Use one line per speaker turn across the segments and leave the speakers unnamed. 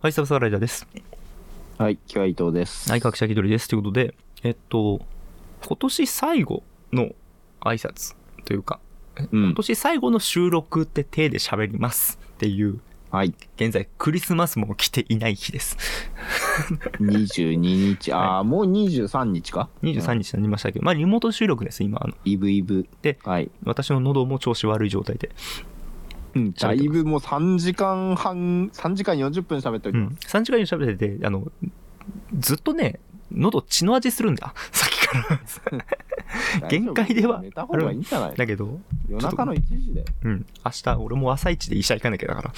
はい、サブサーライダーです。
はい、キワイトです。
内閣者気取りです。ということで、えっと、今年最後の挨拶というか、
う
今
ん。
年最後の収録って手で喋りますっていう、
はい。
現在クリスマスも来ていない日です。
22日。ああ、もう23日か
23
日。
日になりましたけど、まあリモート収録です、今。あの
イブイブ。
で
はい。
私の喉も調子悪い状態で。
うん、
ます
だいぶもう3時間半、3時間40分喋ってお
う
りま
ん。3時間以上喋ってて、あの、ずっとね、喉血の味するんだ。 さっきから。
す。
ん限界では
寝た方がいいんじゃない
だけど、
夜中の1時で。
うん。明日、俺も朝一で医者行かなきゃだから。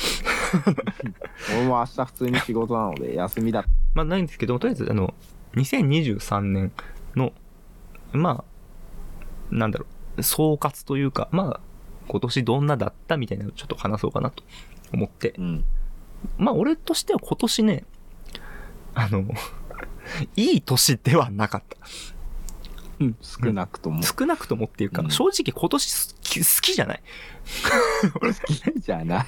俺も明日普通に仕事なので、休みだ。
まあないんですけど、とりあえず、あの、2023年の、まあ、なんだろう、総括というか、まあ、今年どんなだったみたいなのをちょっと話そうかなと思って。
うん。
まあ、俺としては今年ね、あの、 いい年ではなかった。
うん少なくとも。
少なくともっていうか、
うん
正直今年好き好きじゃない。
好きじゃない。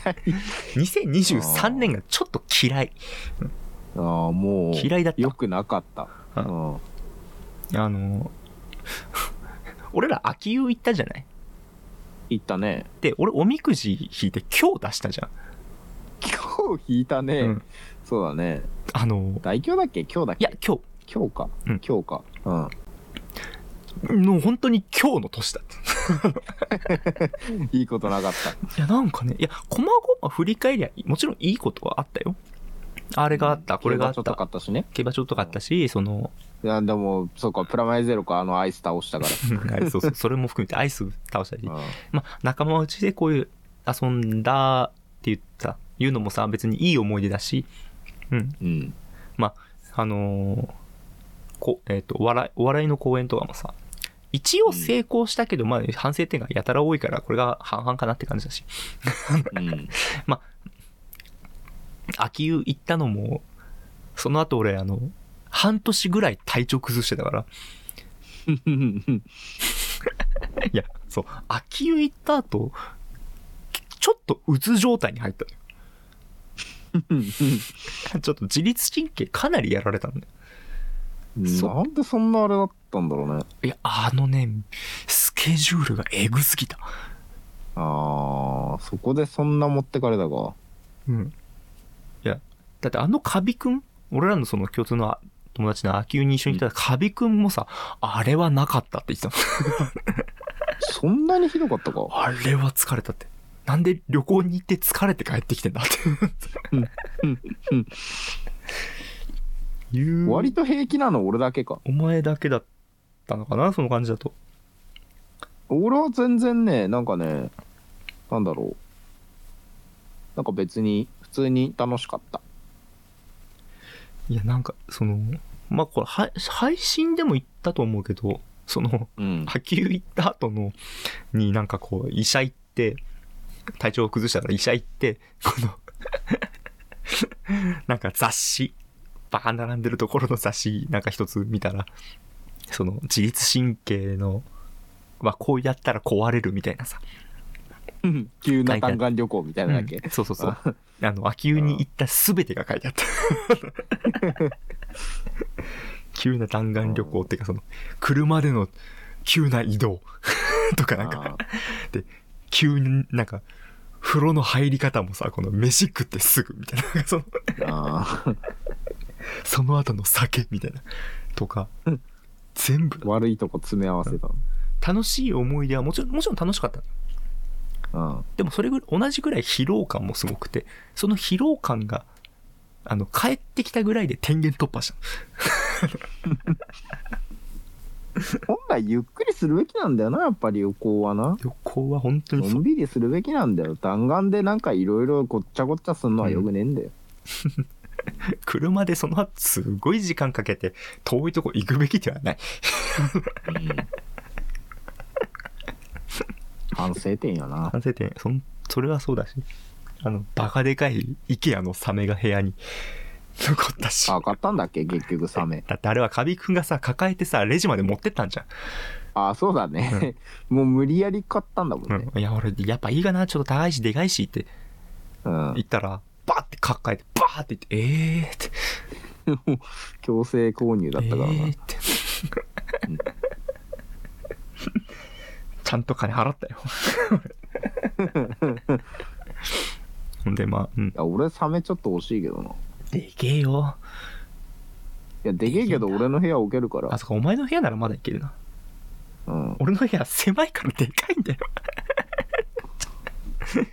2023年がちょっと嫌い。
ああ、もう。
嫌いだった
良くなかった。
う
うん。
あの、 俺ら秋湯行ったじゃない
行ったね。
で、俺おみくじ引いて今日出したじゃん。
今日引いたね。
うん
そうだね。
あの、
大凶だっけ今日だっ
い
け
や、今
今日か。
うん
今日か。うん。
日、の本当に今日の年だって。
いいことなかった。
いや、なんかね、いや、こまごま振り返りゃ、もちろんいいことはあったよ。あれがあった、これがあっ
ちょっと
た、
かったしね。
競馬場とかあったし、その、
いや、でも、そうか、プラマイゼロか、あのアイス倒したか
はい そうそう、それも含めてアイス倒したり
ら。、うん
まあ、仲間内でこういう遊んだって言った、いうのもさ、別にいい思い出だし、うん、
うん。
あのーこえっ、と、お笑い、お笑いの公演とかもさ、一応成功したけど、まあ、反省点がやたら多いから、これが半々かなって感じだし、
うん。
秋湯行ったのも、その後俺、あの、半年ぐらい体調崩してたから。いや、そう、秋湯行った後、ちょっとうつ状態に入ったのよ。 ちょっと自律神経かなりやられたんだよ。そう
なんでそんなあれだったんだろうね。
いや、あのね、スケジュールがエグすぎた。
あー、そこでそんな持ってかれたか。
うん。いや、だってあのカビくん、俺らのその共通のあ友達の秋湯に一緒に行ったカビくんもさ、あれはなかったって言ってたの
そんなにひどかったか。
あれは疲れたって。なんで旅行に行って疲れて帰ってきてんだって。いう
割と平気なの俺だけか。
お前だけだったのかなその感じだと。
俺は全然ね、なんかね、なんだろう。なんか別に、普通に楽しかった。
いや、なんか、その、まあ、これ、は配信でも言ったと思うけど、その、
うん。
波及行った後の、になんかこう、医者行って、体調を崩したから医者行って、この、 なんか雑誌、バカ並んでるところの雑誌、なんか一つ見たら、その、自律神経の、まあ、こうやったら壊れるみたいなさ。
急な弾丸旅行みたいなだっけ。
うんそうそうそう。あの、秋湯に行ったすべてが書いてあった。 急な弾丸旅行っていうか、その、車での急な移動とかなんか、
あー
急になんか、風呂の入り方もさ、この飯食ってすぐみたいな、なんかその、
あー。
その後の酒みたいな、とか、全部、
悪いとこ詰め合わせた
楽しい思い出はもちろん、もちろん楽しかった。
の。
でもそれぐらい、同じぐらい疲労感もすごくて、その疲労感が、あの、帰ってきたぐらいで天元突破した。
本来ゆっくりするべきなんだよな、やっぱり旅行はな。
旅行は本当
の
にそうん
びりするべきなんだよ。弾丸でなんかいろいろごっちゃごっちゃすんのはよくねえんだよ。
車でその後すごい時間かけて遠いとこ行くべきではない。
反省点やな。
反省点、そんそれはそうだし。あの、バカでかい IKEA のサメが部屋に残ったし。
あ、買ったんだっけ結局サメ。
だってあれはカビくんがさ、抱えてさ、レジまで持ってったんじゃん。
あ、そうだね。もう無理やり買ったんだもんね。
うん、いや、俺、やっぱいいかな、ちょっと高いし、でかいしって
うん。
言ったら、バーって抱えてバーって言ってええー、って
強制購入だったからな、
えーって
うん
ちゃんと金払ったよほんでまあうん
いや俺サメちょっと惜しいけどない
でけえよ
やでけえけど俺の部屋置けるから
あそこお前の部屋ならまだいけるな
うん
俺の部屋狭いからでかいんだよ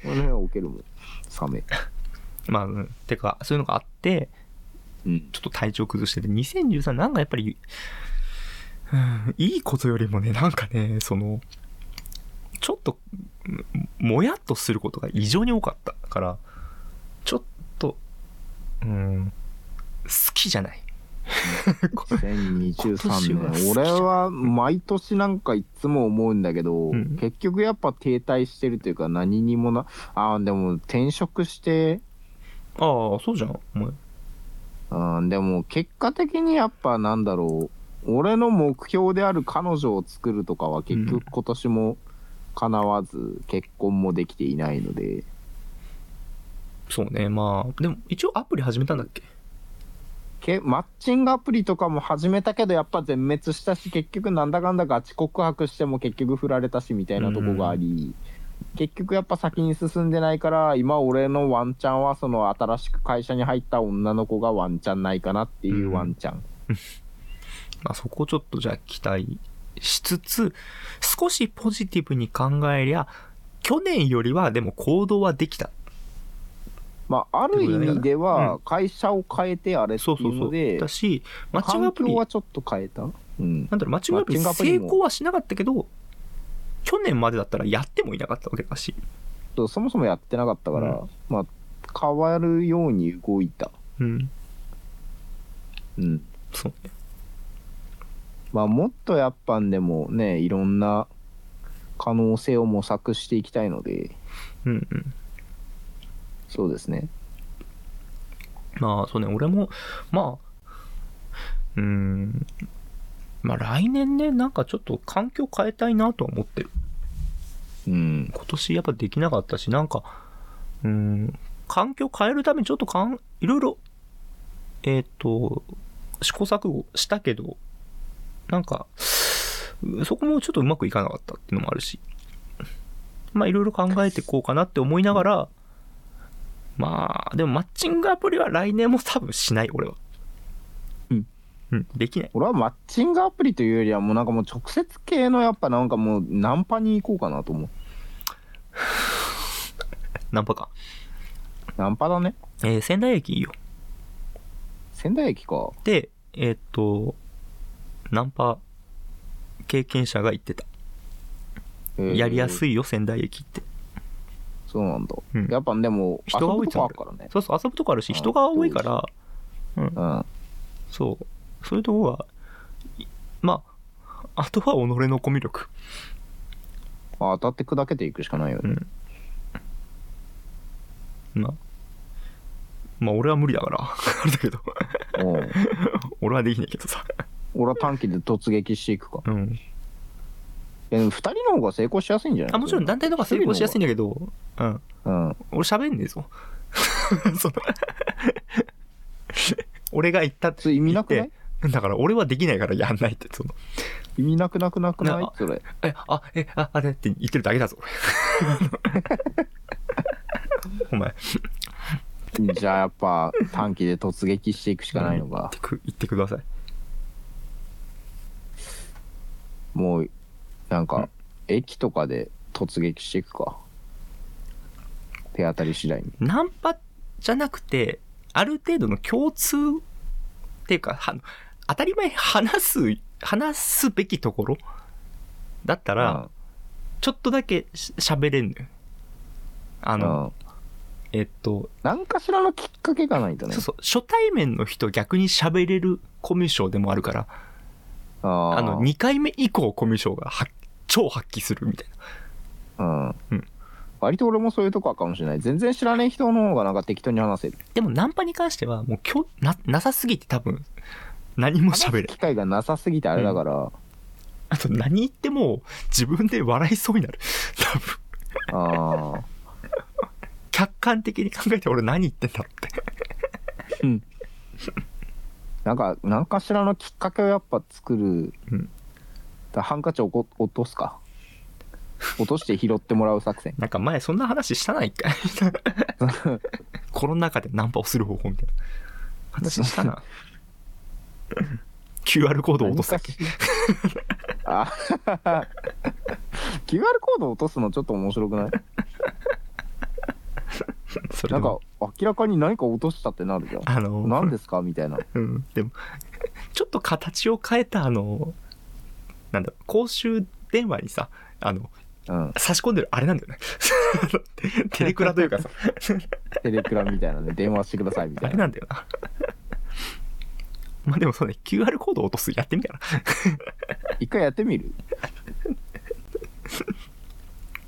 俺の部屋置けるもんサメ
まあうんてかそういうのがあって
うん
ちょっと体調崩してて2013なんかやっぱりうんいいことよりもねなんかねそのちょっとうんもやっとすることが異常に多かったからちょっとうん好きじゃない今
2023
年は
年俺は毎年なんかいつも思うんだけど、
うん
結局やっぱ停滞してるというか何にもなあーでも転職して
ああそうじゃんお前
うんでも結果的にやっぱなんだろう俺の目標である彼女を作るとかは結
うん
局今年も叶わず結婚もできていないので、
そうねまあでも一応アプリ始めたんだっけ
けマッチングアプリとかも始めたけどやっぱ全滅したし結局なんだかんだガチ告白しても結局振られたしみたいなとこがあり、結局やっぱ先に進んでないから今俺のワンチャンはその新しく会社に入った女の子がワンチャンないかなっていうワンチャン、
まあ、そこをちょっとじゃあ期待しつつ少しポジティブに考えりゃ去年よりはでも行動はできた
まあある意味で
う
は会社を変えてあれって
そうそ
いうう
そ
の
う
で
だしマッチングア
環
プリ
境
な
は
ん
ちょっと変えた、うん、
だろうマッチングアプリ
マッチングアプ
成
リも
功はしなかったけど去年までだったらやってもいなかったわけだし
そうそもそもやってなかったから、
う
まあ変わるように動いた
うん
うん
そうね
まあ、もっとやっぱんでもねいろんな可能性を模索していきたいので
うんうん
そうですね
まあそうね俺もまあうーんまあ来年ねなんかちょっと環境変えたいなとは思ってる
うん
今年やっぱできなかったしなんかうーん環境変えるためにちょっとかんいろいろえっ、と試行錯誤したけどなんかうそこもちょっとうまくいかなかったっていうのもあるしまあいろいろ考えていこうかなって思いながらまあでもマッチングアプリは来年も多分しない俺は
うん
うんできない
俺はマッチングアプリというよりはもうなんかもう直接系のやっぱなんかもうナンパに行こうかなと思う
ナンパか
ナンパだね
えー仙台駅いいよ
仙台駅か
でえっとナンパ経験者が言ってたやりやす
い
いよ仙台駅って
そうなんだ、
うん
やっぱでも
人が多い
遊ぶとこあるからね
そうそう遊ぶとこあるし
あ
人が多いから
うん
そうそういうとこはいまああとは己のコミュ力
まあ当たって砕けていくしかないよね、
うんまあまあ俺は無理だから あれだけど
うん
俺はできないけどさ
俺は短期で突撃していくか
うん
いやでも2人の方が成功しやすいんじゃない
あもちろん団体とか成功しやすいんだけどうん
うん
俺喋んねえぞ その 俺が言ったって
それ意味なくな
言っ
い
てだから俺はできないからやんないってその
意味なくなくなくな
ない
それ
え、あ、え、あ、あれって言ってるだけだ ぞ、俺お前、言
じゃあやっぱ短期で突撃していくしかないの
っ
か。
てく、言ってください。
もうなん
う
か駅とかで突撃していくか。手当たり次第に。
ナンパじゃなくて、ある程度の共通っていうか、は当たり前に話す、話すべきところだったら、ちょっとだけし喋れんのよ。あ
うん、
の、
うん
えっと、
何かしらのきっかけがないとね。
そうそう、初対面の人逆に喋れるコミュ障でもあるから、
あ
あの、2回目以降コミュ障がは超発揮するみたいな。
うん
うん
割と俺もそういうとこはかもしれない。全然知らない人の方がなんか適当に話せる。
でもナンパに関してはもうきょななさすぎて多分何も喋れ
話
な
す
い
機会がなさすぎてあれだから、
あと何言っても自分で笑いそうになる多分
ああ
客観的に考えて俺何言ってんだろうって。
なんか何かしらのきっかけをやっぱ作る、
うん
だハンカチをこ落とすか落として拾ってもらう作戦
なんか前そんな話したない かいコロナ禍でナンパをする方法みたいな話した な QR コードを落とすだけ
何かしらあ QR コードを落とすのちょっと面白くない
それ
な
で
んか
も
明らかに何か落としたってなるじゃん
あの
何ですかみたいな
うん、でもちょっと形を変えたあのなんだろう公衆電話にさあの
うん
差し込んでるあれなんだよねテレクラというかさ
テレクラみたいなね電話してくださいみ
あ
た
れ
いな
なんだよなまあでもそうね QR コードを落とすやってみたら
一回やってみる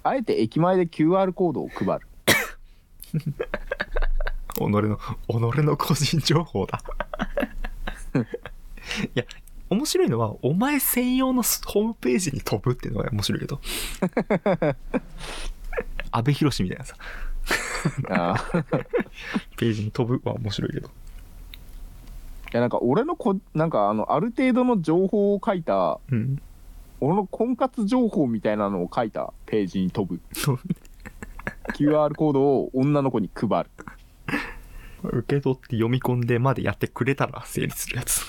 あえて駅前で QR コードを配る
己の己の個人情報だいや面白いのはお前専用のスホームページに飛ぶっていうのが面白いけど阿部寛みたいなさ
あー
ページに飛ぶは面白いけど
いやなんか俺のこなんかあのある程度の情報を書いた
うん
俺の婚活情報みたいなのを書いたページ に飛ぶ
そう
QR コードを女の子に配る
受け取って読み込んでまでやってくれたら成立するやつ
い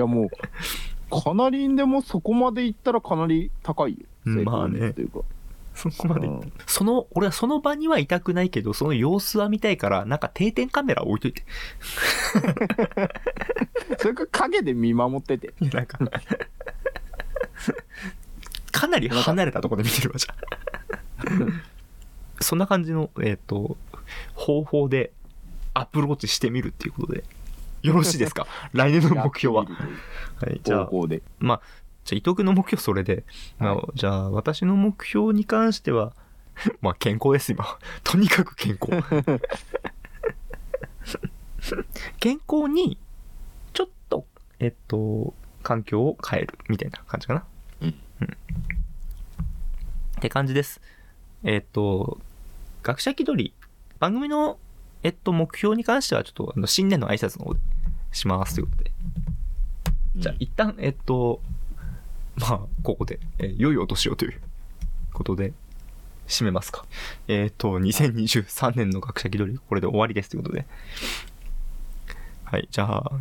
やもうかなりんでもそこまでいったらかなり高いよ
うんまあね
成功率というか、
そこまで、
うん
その俺はその場にはいたくないけどその様子は見たいからなんか定点カメラ置いといて
それか影で見守ってて
いやなんかかなり離れたところで見てるわじゃあそんな感じの、えっと方法でアプローチしてみるっていうことでよろしいです か来年の 目標は、
やってみる
はい、
と
じ
いう
ゃあ
方向で
じゃあ伊藤君の目標それで、まあ
は
じゃあ私の目標に関しては まあ健康です今 とにかく健 康健康にちょっとえっと環境を変えるみたいな感じかな
うん、
って感じですえっと学者気取り番組のえっと目標に関してはちょっとあの新年の挨拶の方でしますということでじゃあ、一旦、えっと、まあ、ここで、えー良いお年をということで、締めますか。えっと、2023年の学者気取り、これで終わりですということで。はい、じゃあ、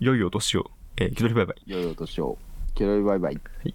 良いお年を、えー気取りバイバイ。
いよいよとしようケロリバイバイ
はい